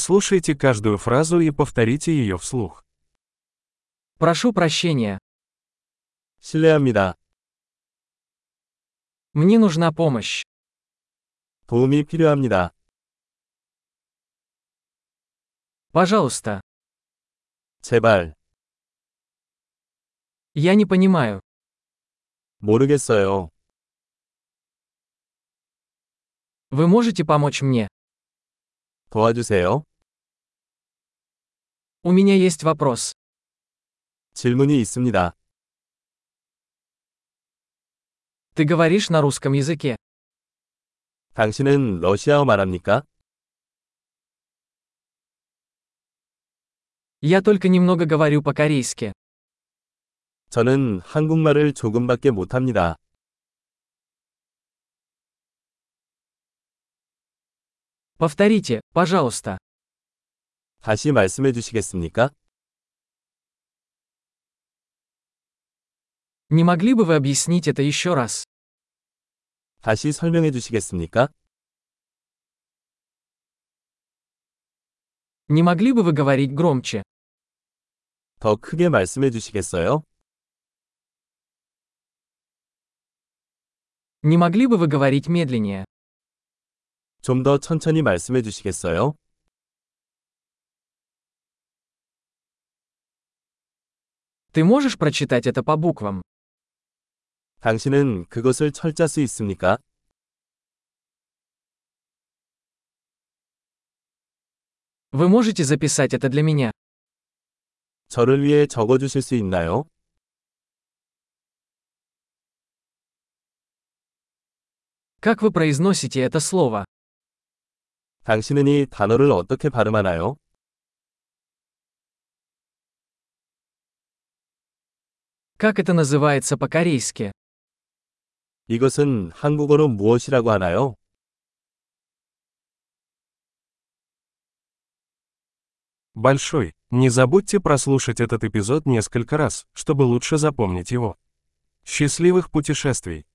Прослушайте каждую фразу и повторите ее вслух. Прошу прощения. 실례합니다. Мне нужна помощь. 도움이 필요합니다. Пожалуйста. 제발. Я не понимаю. 모르겠어요. Вы можете помочь мне? 도와주세요. У меня есть вопрос. 질문이 있습니다. Ты говоришь на русском языке. 당신은 러시아어 말합니까? Я только немного говорю по-корейски. 저는 한국말을 조금밖에 못합니다. Повторите, пожалуйста. 다시 말씀해 주시겠습니까? Не могли бы вы объяснить это еще раз? 다시 설명해 주시겠습니까? Не могли бы вы говорить громче? 더 크게 말씀해 주시겠어요? Не могли бы вы говорить медленнее? 좀 더 천천히 말씀해 주시겠어요? Ты можешь прочитать это по буквам? 당신은 그것을 철자 수 있습니까? Вы можете записать это для меня? 저를 위해 적어 주실 수 있나요? Как вы произносите это слово? 당신은 이 단어를 어떻게 발음하나요? Как это называется по-корейски? 이것은 한국어로 무엇이라고 하나요? Большой. Не забудьте прослушать этот эпизод несколько раз, чтобы лучше запомнить его. Счастливых путешествий!